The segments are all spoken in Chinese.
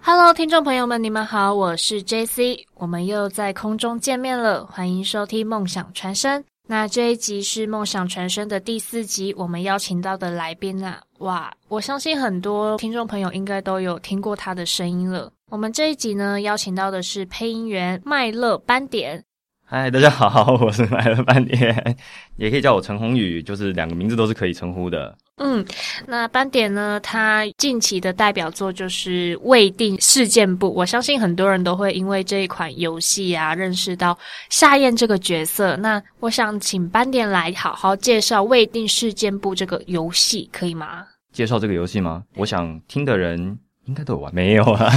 Hello，听众朋友们，你们好，我是 JC，我们又在空中见面了，欢迎收听《梦想传声》。那这一集是《梦想传声》的第四集，我们邀请到的来宾啊，哇，我相信很多听众朋友应该都有听过他的声音了。我们这一集呢，邀请到的是配音员麦乐斑点。嗨，大家好， 我是来了半年，也可以叫我陈宏宇，就是两个名字都是可以称呼的。嗯，那斑点呢？他近期的代表作就是《未定事件簿》，我相信很多人都会因为这一款游戏啊，认识到夏燕这个角色。那我想请斑点来好好介绍《未定事件簿》这个游戏，可以吗？介绍这个游戏吗？我想听的人应该都有玩，没有啊？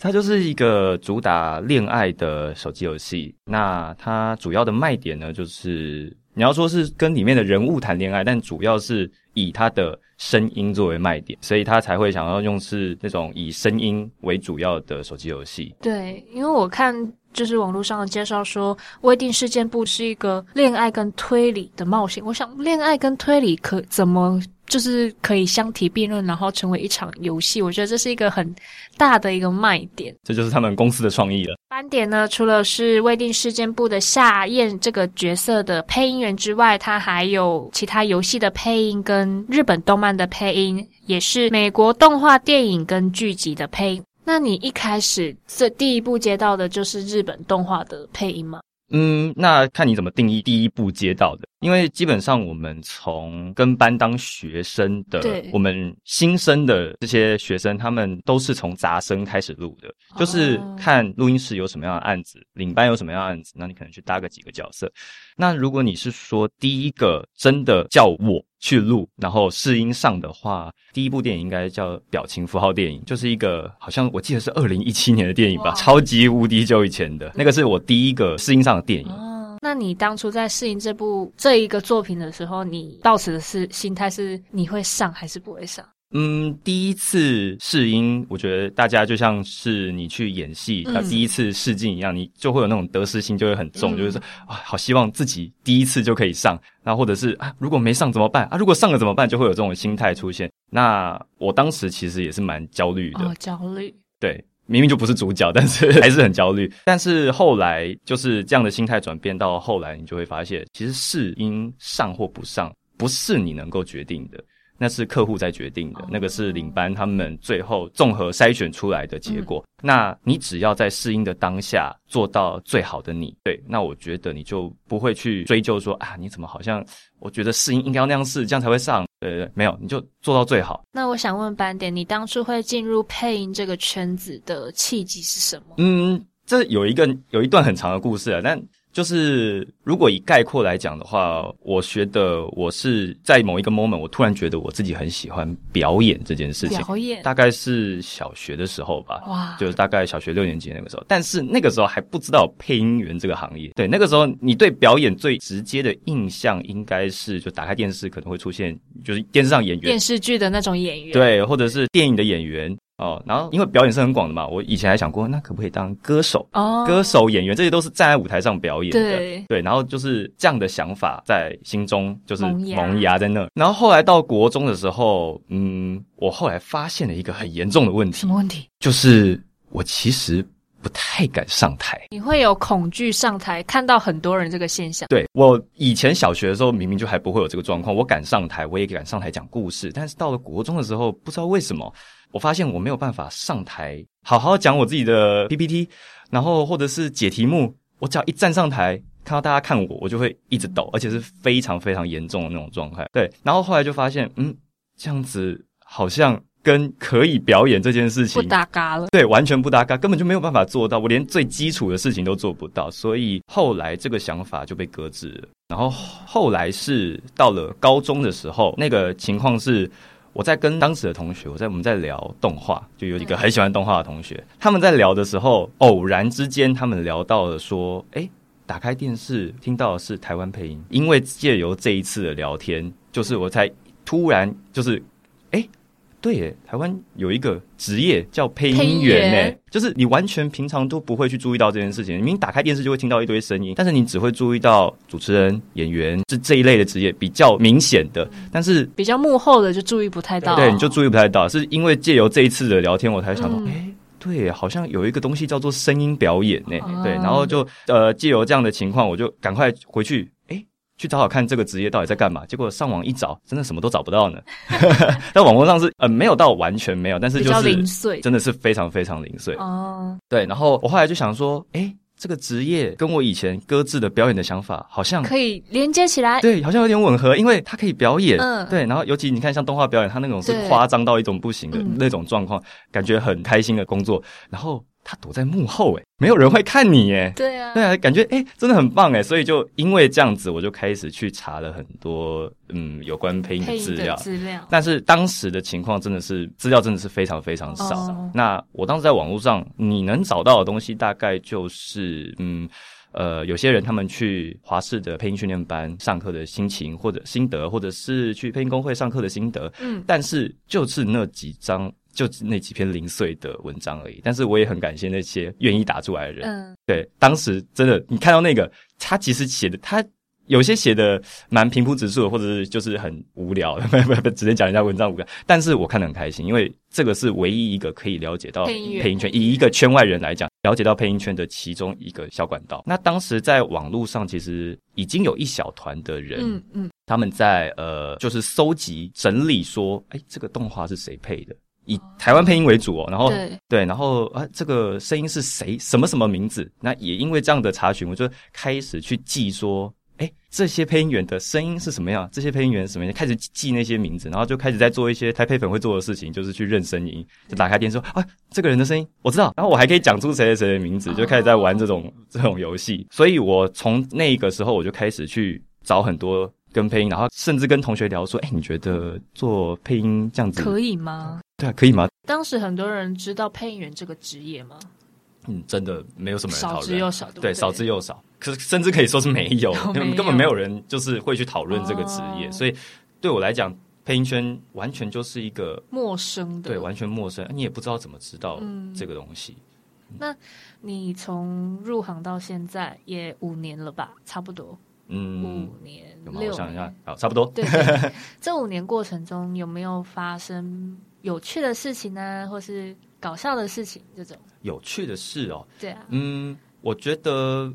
它就是一个主打恋爱的手机游戏。那它主要的卖点呢，就是你要说是跟里面的人物谈恋爱，但主要是以它的声音作为卖点，所以它才会想要用是那种以声音为主要的手机游戏。对，因为我看就是网络上的介绍说，《未定事件簿》是一个恋爱跟推理的冒险。我想，恋爱跟推理可怎么就是可以相提并论，然后成为一场游戏？我觉得这是一个很大的一个卖点。这就是他们公司的创意了。斑点呢，除了是《未定事件簿》的夏燕这个角色的配音员之外，他还有其他游戏的配音跟日本动漫的配音，也是美国动画电影跟剧集的配音。那你一开始这第一步接到的就是日本动画的配音吗？嗯，那看你怎么定义第一步接到的，因为基本上我们从跟班当学生的对，我们新生的这些学生，他们都是从杂声开始录的，就是哦看录音室有什么样的案子，领班有什么样的案子，那你可能去搭个几个角色。那如果你是说第一个真的叫我去录，然后试音上的话，第一部电影应该叫表情符号电影，就是一个好像我记得是二零一七年的电影吧，哇超级无敌久以前的那个是我第一个试音上的电影。哦，那你当初在适应这部这一个作品的时候，你抱持的是心态是你会上还是不会上？嗯，第一次试音，我觉得大家就像是你去演戏，嗯呃第一次试镜一样，你就会有那种得失心就会很重，嗯就是说啊，好希望自己第一次就可以上，那或者是啊，如果没上怎么办啊？如果上了怎么办？就会有这种心态出现。那我当时其实也是蛮焦虑的，哦，焦虑。对，明明就不是主角，但是还是很焦虑。但是后来就是这样的心态转变，到后来你就会发现，其实试音上或不上，不是你能够决定的。那是客户在决定的哦，那个是领班他们最后综合筛选出来的结果。那你只要在试音的当下做到最好的你，对，那我觉得你就不会去追究说啊，你怎么好像我觉得试音应该要那样试，这样才会上。呃，没有，你就做到最好。那我想问斑点，你当初会进入配音这个圈子的契机是什么？嗯，这有一个有一段很长的故事啊，但就是如果以概括来讲的话，我觉得我是在某一个 moment，我突然觉得我自己很喜欢表演这件事情，表演大概是小学的时候吧。哇，就是大概小学六年级那个时候，但是那个时候还不知道有配音员这个行业。对，那个时候你对表演最直接的印象应该是，就打开电视可能会出现，就是电视上演员电视剧的那种演员。，对，或者是电影的演员哦。然后因为表演是很广的嘛，我以前还想过，那可不可以当歌手、哦，歌手、演员，这些都是站在舞台上表演的。对然后就是这样的想法在心中就是萌芽萌芽在那儿。然后后来到国中的时候，嗯，我后来发现了一个很严重的问什题，么问题？就是我其实不太敢上台。你会有恐惧上台，看到很多人这个现象。对我以前小学的时候，明明就还不会有这个状况，我敢上台，我也敢上台讲故事。但是到了国中的时候，不知道为什么，我发现我没有办法上台好好讲我自己的 PPT，然后或者是解题目。我只要一站上台，看到大家看我，我就会一直抖，而且是非常非常严重的那种状态。对，然后后来就发现，嗯，这样子好像跟可以表演这件事不情搭嘎了，对，完全不搭嘎，根本就没有办法做到，我连最基础的事情都做不到，所以后来这个想法就被搁置了。然后后来是到了高中的时候，那个情况是。我在跟当时的同学，我在我们在聊动画，就有一个很喜欢动画的同学，他们在聊的时候，偶然之间他们聊到了说，哎、打开电视听到的是台湾配音，因为借由这一次的聊天，就是我才突然就是，哎、对耶，台湾有一个职业叫配音员配音呢员，就是你完全平常都不会去注意到这件事情，你明明打开电视就会听到一堆声音，但是你只会注意到主持人、演员这这一类的职业比较明显的，但是比较幕后的就注意不太到。对，你就注意不太到，是因为借由这一次的聊天，我才想到，嗯哎、对，好像有一个东西叫做声音表演呢、哦对，然后就呃，借由这样的情况，我就赶快回去，哎，去找找看这个职业到底在干嘛。结果上网一找，真的什么都找 不到呢。在网络上是呃没有到完全没有，但是比就较零是碎真的是非常非常零碎。哦，对，然后我后来就想说，哎，这个职业跟我以前搁置的表演的想法好像可以连接起来。嗯对，好像有点吻合，因为它可以表演，哎嗯对，然后尤其你看像动画表演，它那种是对夸张到一种不行的嗯那种状况，感觉很开心的工作，然后他躲在幕后，哎，没有人会看你，哎。对啊，对啊，感觉哎、真的很棒哎，所以就因为这样子，我就开始去查了很多嗯有关配音的配资音料的。资料，但是当时的情况真的是资料真的是非常非常少。哦那我当时在网络上，你能找到的东西大概就是嗯。呃，有些人他们去华视的配音训练班上课的心情，或者心得，或者是去配音工会上课的心得，嗯，但是就是那几张，就那几篇零碎的文章而已。但是我也很感谢那些愿意打出来的人，嗯，对，当时真的，你看到那个，他其实写的，他有些写的蛮平铺直述的，或者是就是很无聊的， 不不不，直接讲人家文章无聊。但是我看得很开心，因为这个是唯一一个可以了解到配音员配音圈，以一个圈外人来讲，了解到配音圈的其中一个小管道。那当时在网络上，其实已经有一小团的人，嗯嗯，他们在呃，就是搜集整理说，哎，这个动画是谁配的？以台湾配音为主哦，然后对然后啊，这个声音是谁？什么什么名字？那也因为这样的查询，我就开始去记说，哎，这些配音员的声音是什么样？这些配音员是什么样？开始记那些名字，然后就开始在做一些台配粉会做的事情，就是去认声音，就打开电视说啊，这个人的声音我知道，然后我还可以讲出谁谁谁的名字，就开始在玩这种、这种游戏。所以我从那个时候我就开始去找很多跟配音，然后甚至跟同学聊说，哎，你觉得做配音这样子可以吗？对啊，可以吗？当时很多人知道配音员这个职业吗？嗯，真的没有什么人讨少论，之又少，不对，少之又少。可是甚至可以说是没有， 没有 根本没有人就是会去讨论这个职业，哦所以对我来讲，配音圈完全就是一个陌生的。对完全陌生，你也不知道怎么知道嗯这个东西。你从入行到现在也五年了吧，差不多嗯，五年有吗？我六想一下年。，好，差不多。对， 对这五年过程中有没有发生有趣的事情呢，或是搞笑的事情这种？有趣的是哦，对啊，嗯，我觉得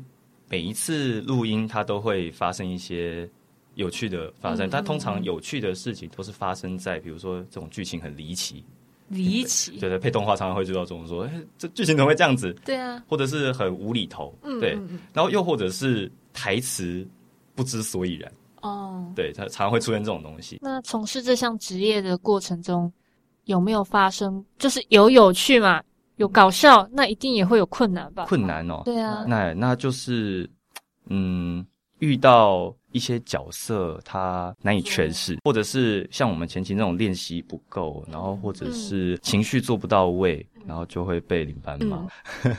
每一次录音它都会发生一些有趣的发嗯生，但通嗯常嗯有趣的事情都是发生在比如说这种剧情很离奇，离奇。对对，配动画常常会遇到这种说，哎，这剧情怎么会这样子？对啊，或者是很无厘头，嗯，对，嗯嗯然后又或者是台词不知所以然，哦。对，它常常会出现这种东西。那从事这项职业的过程中，有没有发生就是有有趣嘛，有搞笑，那一定也会有困难吧？困难哦，对啊那那就是，嗯，遇到一些角色他难以诠嗯释，或者是像我们前期那种练习不够，然后或者嗯是情绪做不到位，然后就会被领班骂。嗯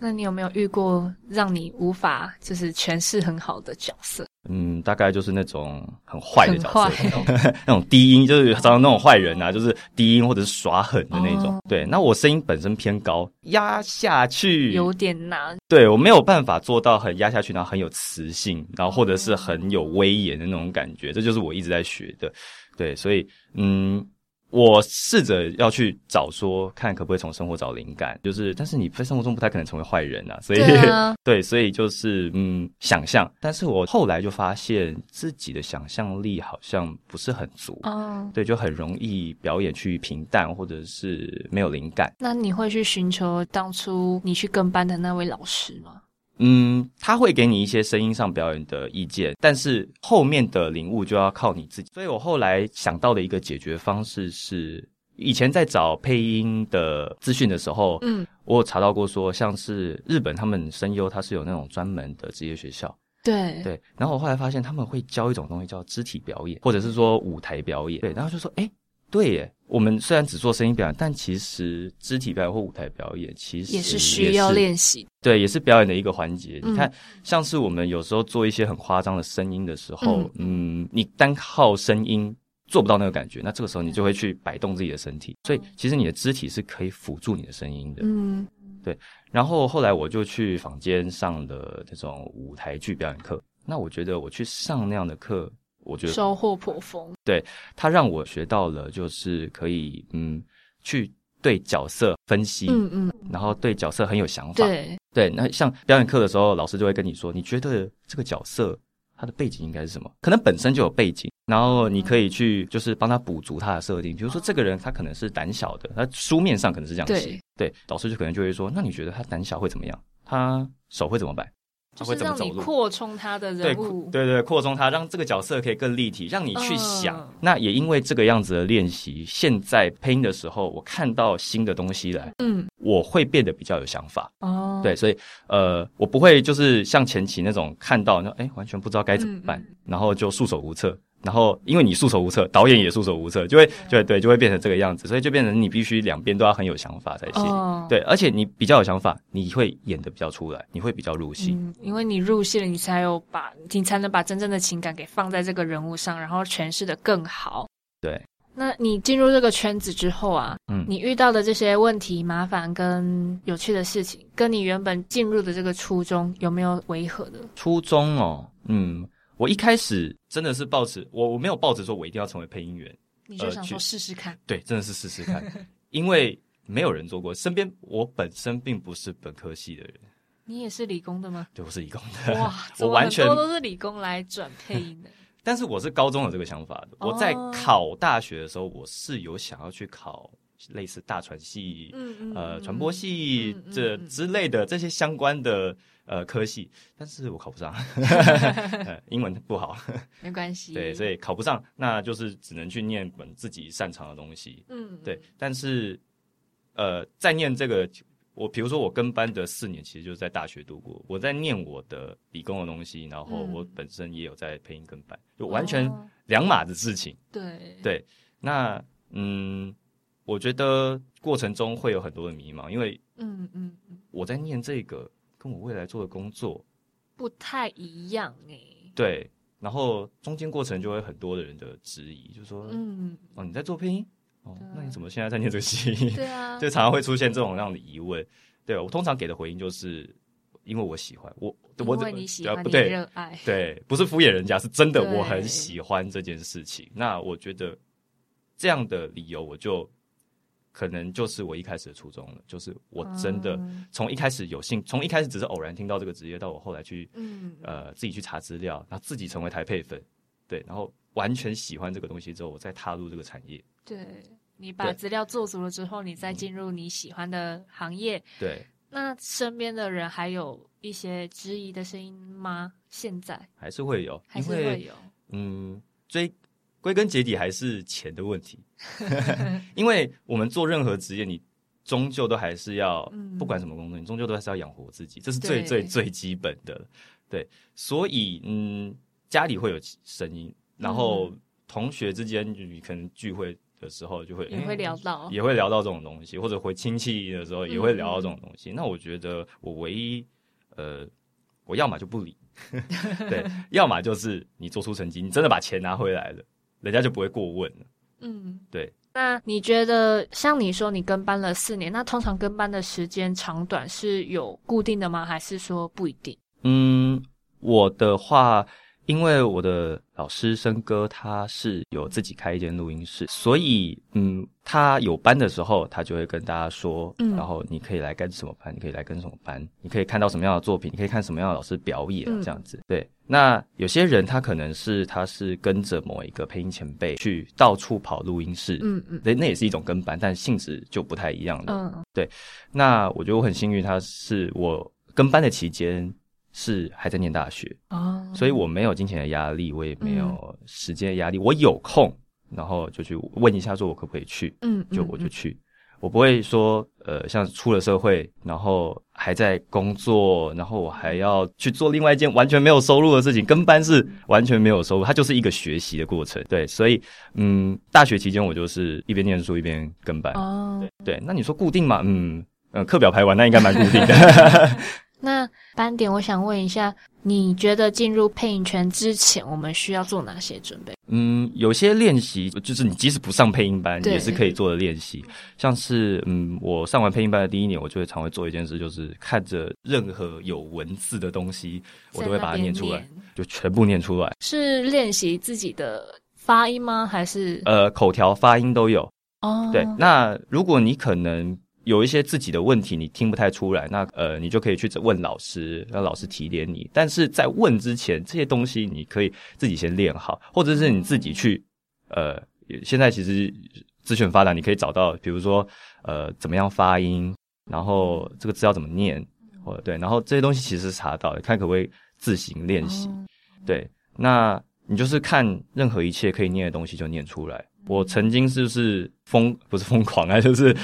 那你有没有遇过让你无法就是诠释很好的角色？嗯，大概就是那种很坏的角色，很那种 低音，就是常常那种坏人啊，就是低音或者是耍狠的那种。哦对，那我声音本身偏高，压下去，有点难，对我没有办法做到很压下去，然后很有磁性，然后或者是很有威严的那种感觉，这就是我一直在学的。对，所以嗯，我试着要去找说，看可不可以从生活找灵感，就是但是你在生活中不太可能成为坏人啊，所以对啊 对，所以就是嗯，想象。但是我后来就发现自己的想象力好像不是很足，哦，对，就很容易表演去平淡或者是没有灵感。那你会去寻求当初你去跟班的那位老师吗？嗯，他会给你一些声音上表演的意见，但是后面的领悟就要靠你自己。所以我后来想到的一个解决方式是，以前在找配音的资讯的时候，嗯，我有查到过说，像是日本他们声优他是有那种专门的职业学校，对，对。然后我后来发现他们会教一种东西叫肢体表演，或者是说舞台表嗯演，对。然后就说，哎，对耶，我们虽然只做声音表演，但其实肢体表演或舞台表演其实也是需要也是练习。对，也是表演的一个环节。嗯你看，像是我们有时候做一些很夸张的声音的时候，嗯嗯你单靠声音做不到那个感觉，那这个时候你就会去摆动自己的身体，所以其实你的肢体是可以辅助你的声音的。嗯，然后后来我就去坊间上的那种舞台剧表演课，那我觉得我去上那样的课，我觉得收获颇丰。它让我学到了，就是可以嗯去对角色分析，嗯嗯，然后对角色很有想法。对，对，那像表演课的时候，老师就会跟你说，你觉得这个角色他的背景应该是什么？可能本身就有背景，然后你可以去就是帮他补足他的设定。比如说这个人他可能是胆小的，他书面上可能是这样写，对，老师就可能就会说，那你觉得他胆小会怎么样？他手会怎么摆？他就会是怎么让走你路？扩充他的对人物，对对，扩充它，让这个角色可以更立体，让你去想。嗯那也因为这个样子的练习，现在配音的时候，我看到新的东西来，嗯，我会变得比较有想法。哦，对，所以呃，我不会就是像前期那种看到那哎完全不知道该怎么办，嗯然后就束手无策。然后因为你束手无策，导演也束手无策，就会就会对就会变成这个样子，所以就变成你必须两边都要很有想法才行。哦，对，而且你比较有想法，你会演的比较出来，你会比较入戏。嗯，因为你入戏了，你才有把，你才能把真正的情感给放在这个人物上，然后诠释的更好。对，那你进入这个圈子之后啊，嗯你遇到的这些问题、麻烦跟有趣的事情，跟你原本进入的这个初衷有没有违和的？初中哦，嗯，我一开始真的是抱持我我没有抱着说我一定要成为配音员，你就呃想去说试试看，对，真的是试 试看，因为没有人做过，身边我本身并不是本科系的人，？你也是理工的吗呃对，我是理工的，哇， 怎我么完全很多都是理工来转配音 的。但是我是高中有这个想法的，哦我在考大学的时候，我是有想要去考类似大传系、嗯嗯，呃嗯传播系嗯嗯这嗯之类的这些相关的呃科系，但是我考 不上，呃英文不好。没关系。对，所以以考不上，那就是只能去念本自己擅长的东西。嗯，对，但是呃，在念这个，我比如说我跟班的四年，其实就是在大学度过。我在念我的理工的东西，然后嗯我本身也有在配音跟班，就哦完全两码子事情。对对那嗯，我觉得过程中会有很多的迷茫，因为嗯嗯嗯，我在念这个跟我未来做的工作，不太一样哎、对，然后中间过程就会很多的人的质疑，就说嗯，哦，你在做配音？哦对啊，那你怎么现在在念这个戏？对啊， 就常常会出现这种样的疑问。对我通常给的回应就是，因为我喜欢，我因我为你喜对啊欢，不你对热爱，对，不是敷衍人家，是真的对我很喜欢这件事情。那我觉得这样的理由，我就可能就是我一开始的初衷了，就是 我真的嗯从一开始有幸，从一开始只是偶然听到这个职业，到我后来去嗯，呃自己去查资料，然后自己成为台配粉，对，然后完全喜欢这个东西之后，我再踏入这个产业，对你把对嗯资料做足了之后，你再进入你喜欢的行业，对，那身边的人还有一些质疑的声音吗？现在还是会有，还因是会为有，嗯，追归根结底还是钱的 问题，因为我们做任何职业，你终究都还是要，嗯不管什么工作，你终究都还是要养活自己，这是对最最最基本的，对，所以嗯，家里会有声音，然后嗯同学之间你可能聚会的时候就会也会嗯聊到，也会聊到这种东西，或者回亲戚的时候也会聊到这种东西。那我觉得我唯一呃，我要么就不理， 对，要么就是你做出成绩，你真的把钱拿回来了，人家就不会过问了。嗯，对。那你觉得，像你说你跟班了四年，那通常跟班的时间长短是有固定的吗？还是说不一定？嗯，我的话，因为我的老师生哥他是有自己开一间录音室，所以嗯，他有班的时候，他就会跟大家说，嗯然后你可以来跟什么班，你可以来跟什么班，你可以看到什么样的作品，你可以看什么样的老师表演，嗯这样子。对，那有些人他可能是他是跟着某一个配音前辈去到处跑录音室，嗯嗯那那也是一种跟班，但性质就不太一样了。嗯，那我觉得我很幸运，他是我跟班的期间是还在念大学，哦，所以我没有金钱的压力，我也没有嗯时间的压力，我有空，然后就去问一下，说我可不可以去，嗯，就嗯我就嗯去。我不会说，呃，像出了社会，然后还在工作，然后我还要去做另外一件完全没有收入的事情，跟班是完全没有收入，它就是一个学习的过程。对，所以，嗯，大学期间我就是一边念书一边跟班，哦，对，那你说固定嘛？嗯，呃，课表排完那应该蛮固定 的。那斑点，我想问一下，你觉得进入配音圈之前，我们需要做哪些准备？嗯，有些练习就是你即使不上配音班对也是可以做的练习，像是嗯，我上完配音班的第一年，我就会常会做一件事，就是看着任何有文字的东西，我都会把它念出在来那，边念，就全部念出来。是练习自己的发音吗？还是呃，口条、发音都有。哦，对，那如果你可能有一些自己的问题，你听不太出来，那呃，你就可以去问老师，让老师提点你。但是在问之前，这些东西你可以自己先练好，或者是你自己去呃，现在其实资讯发达，你可以找到，比如说呃，怎么样发音，然后这个字要怎么念，或对，然后这些东西其实是查到的，看可不可以自行练习。哦对，那你就是看任何一切可以念的东西就念出来。我曾经就是疯，不是疯狂啊，就是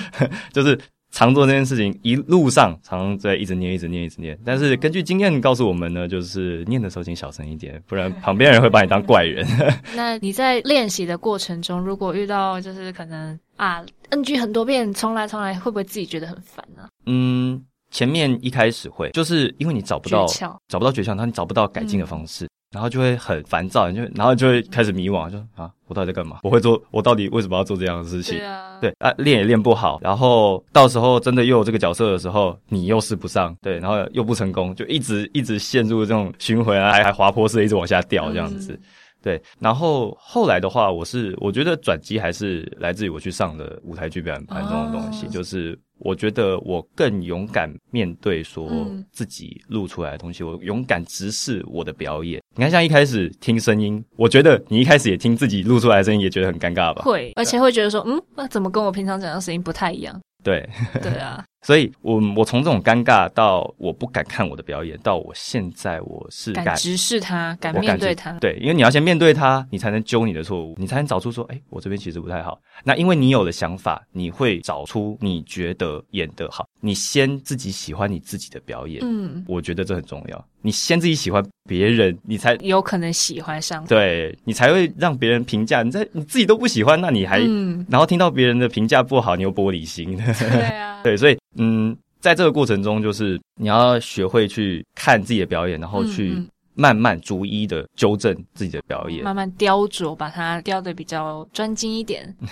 就是常做这件事情，一路上常在一直念，一直念，一直念。但是根据经验告诉我们呢，就是念的时候请小声一点，不然旁边人会把你当怪人。 那你在练习的过程中，如果遇到就是可能啊 NG 很多遍，重来重来，会不会自己觉得很烦呢、嗯，前面一开始会，就是因为你找不到诀窍嗯找不到诀窍，然后你找不到改进的方式，然后就会很烦躁，你就然后就会开始迷惘，就啊，我到底在干嘛？我会做，我到底为什么要做这样的事情？啊，对啊，练也练不好，然后到时候真的又有这个角色的时候，你又试不上，对，然后又不成功，就一直一直陷入这种循环，啊还还滑坡式地一直往下掉这样嗯子。对，然后后来的话，我是我觉得转机还是来自于我去上的舞台剧表演班这种东西，哦就是我觉得我更勇敢面对说嗯自己录出来的东西，我勇敢直视我的表演。你看，像一开始听声音，我觉得你一开始也听自己录出来的声音，也觉得很尴尬吧？会，而且会觉得说，嗯，那怎么跟我平常讲的声音不太一样？对，对啊，所以我我从这种尴尬到我不敢看我的表演，到我现在我 是敢直视他，敢我面直对他，对，因为你要先面对它，你才能纠你的错误，你才能找出说，哎、我这边其实不太好。那因为你有了想法，你会找出你觉得演得好，你先自己喜欢你自己的表演，嗯，我觉得这很重要。你先自己喜欢别人，你才有可能喜欢上，对你才会让别人评价。你在你自己都不喜欢，那你还、嗯，然后听到别人的评价不好，你又玻璃心。 对啊，对，所以嗯，在这个过程中，就是你要学会去看自己的表演，然后去嗯嗯慢慢逐一的纠正自己的表演，慢慢雕琢，把它雕的比较专精一点。嗯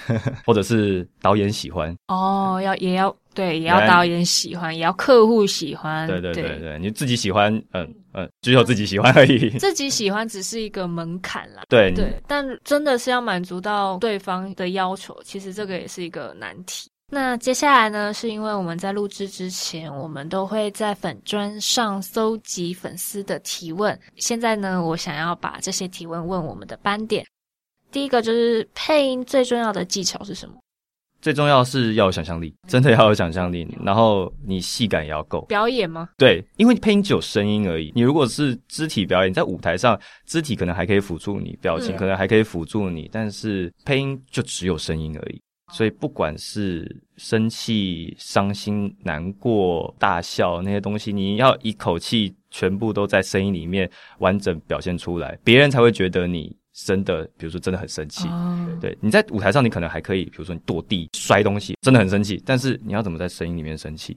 或者是导演喜欢，哦，要也要对，也原要来导演喜欢，也要客户喜欢，对对对对，你自己喜欢，嗯嗯，只有自己喜欢而已。 自己喜欢只是一个门槛啦。对你对，但真的是要满足到对方的要求，其实这个也是一个难题。那接下来呢，是因为我们在录制之前，我们都会在粉砖上搜集粉丝的提问。现在呢，我想要把这些提问问我们的斑点。第一个就是配音最重要的技巧是什么？最重要是要有想象力，真的要有想象力，然后你戏感也要够。表演吗？对，因为配音只有声音而已。你如果是肢体表演，在舞台上，肢体可能还可以辅助你，表嗯情可能还可以辅助你，但是配音就只有声音而已。所以不管是生气、伤心、难过、大笑那些东西，你要一口气全部都在声音里面完整表现出来，别人才会觉得你真的，比如说真的很生气。哦，对，你在舞台上，你可能还可以，比如说你跺地、摔东西，真的很生气。但是你要怎么在声音里面生气？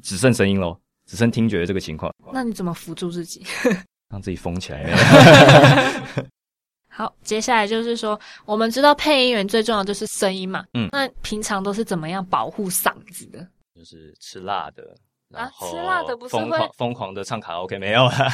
只剩声音喽，只剩听觉的这个情况，那你怎么辅助自己？让自己疯起 来。好，接下来就是说，我们知道配音员最重要的就是声音嘛，嗯那平常都是怎么样保护嗓子的？就是吃辣的，然啊后吃辣的不是疯会狂疯狂的唱卡拉 OK 没有 啦。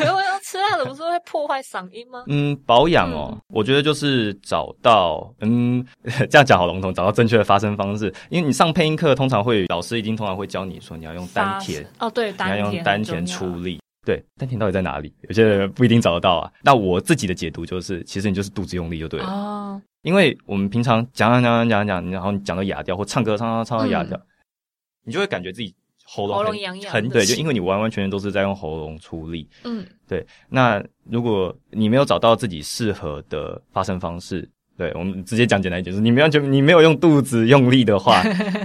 如果要吃辣的，不是会破坏嗓音 吗？嗯，保养哦，嗯我觉得就是找到，嗯， 这样讲好笼统，找到正确的发声方式。因为你上配音课，通常会老师一定通常会教你说你要用丹田，哦，对，丹你要田用丹田很重要啊出力。对，丹田到底在哪里？有些人不一定找得到啊。那我自己的解读就是，其实你就是肚子用力就对了，哦，因为我们平常讲讲讲讲讲，然后你讲到哑掉，或唱歌唱唱唱到哑掉，你就会感觉自己喉咙嗯喉咙很痒痒很的对，就气因为你完完全全都是在用喉咙出力。嗯，那如果你没有找到自己适合的发声方式，对我们直接讲简单一点，就是你没有全你没有用肚子用力 的话，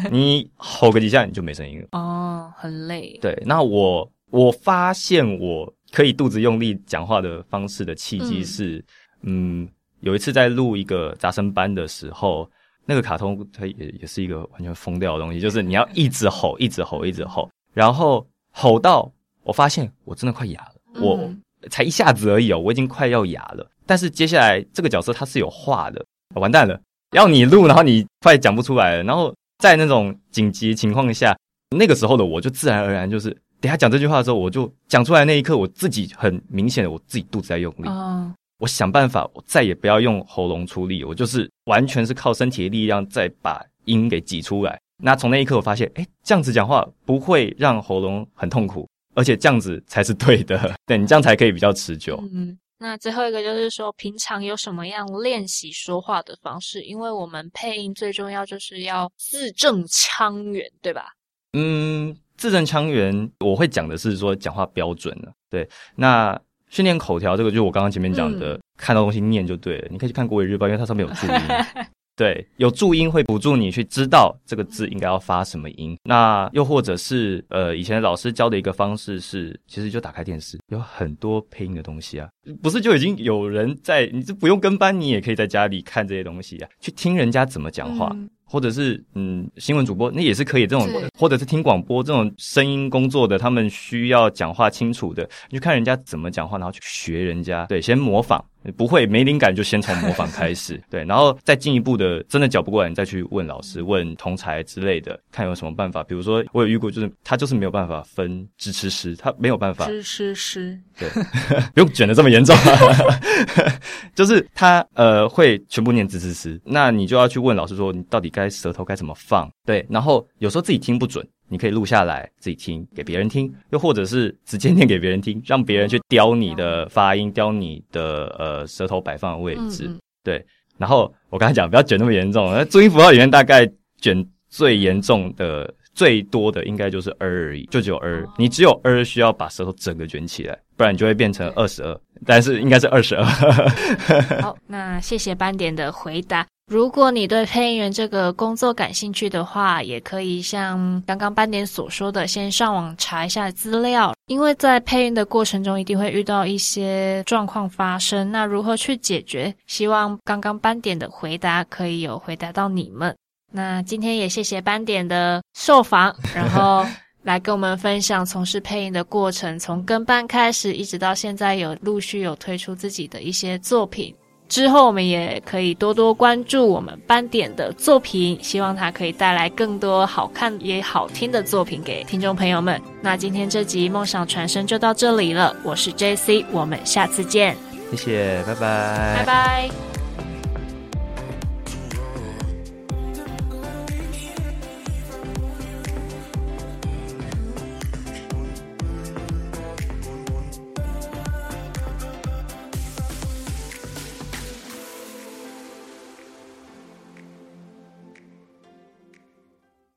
你吼个几下你就没声音了。哦，很累，对，那我我发现我可以肚子用力讲话的方式的契机是，嗯有一次在录一个杂声班的时候，那个卡通它也也是一个完全疯掉的东西，就是你要一直吼，一直吼，一直吼，然后吼到我发现我真的快哑了，我。嗯才一下子而已哦，我已经快要哑了。但是接下来这个角色他是有话的，完蛋了，要你录，然后你快讲不出来了。然后在那种紧急情况下，那个时候的我就自然而然就是，等一下讲这句话的时候，我就讲出来那一刻，我自己很明显的我自己肚子在用力，哦，我想办法，我再也不要用喉咙出力，我就是完全是靠身体的力量再把音给挤出来。那从那一刻，我发现，哎，这样子讲话不会让喉咙很痛苦，而且这样子才是对的， 对你这样才可以比较持久。嗯，那最后一个就是说，平常有什么样练习说话的方式？因为我们配音最重要就是要字正腔圆，对吧？嗯，字正腔圆，我会讲的是说讲话标准了。对，那训练口条这个，就是我刚刚前面讲的，嗯看到东西念就对了。你可以去看《国语日报》，因为它上面有注音。对，有注音会辅助你去知道这个字应该要发什么音。那又或者是呃，以前老师教的一个方式是，其实就打开电视，有很多配音的东西啊，不是就已经有人在，你就不用跟班，你也可以在家里看这些东西啊，去听人家怎么讲话。嗯或者是嗯，新闻主播那也是可以这种对，或者是听广播这种声音工作的，他们需要讲话清楚的，你就看人家怎么讲话，然后去学人家，对，先模仿，不会没灵感就先从模仿开始，对，然后再进一步的，真的讲不过来，你再去问老师、问同才之类的，看有什么办法。比如说我有遇过，就是他就是没有办法分支持师，他没有办法知诗诗， 不用卷的这么严重、啊，就是他呃会全部念滋滋滋，那你就要去问老师说你到底该舌头该怎么放，对，然后有时候自己听不准，你可以录下来自己听给别人听，又或者是直接念给别人听，让别人去雕你的发音，雕你的呃舌头摆放的位嗯置，嗯对，然后我刚才讲不要卷那么严重，那注音符号里面大概卷最严重的。最多的应该就是“儿”而已，就只有“儿”。你只有“儿”需要把舌头整个卷起来，不然你就会变成二十二。但是应该是二十二。 好，那谢谢斑点的回答。如果你对配音员这个工作感兴趣的话，也可以像刚刚斑点所说的，先上网查一下资料，因为在配音的过程中一定会遇到一些状况发生，那如何去解决？希望刚刚斑点的回答可以有回答到你们。那今天也谢谢斑点的受访，然后来跟我们分享从事配音的过程，从跟班开始，一直到现在有陆续有推出自己的一些作品。之后我们也可以多多关注我们斑点的作品，希望它可以带来更多好看也好听的作品给听众朋友们。那今天这集《梦想传声》就到这里了，我是 J C，我们下次见，谢谢，拜拜，拜拜。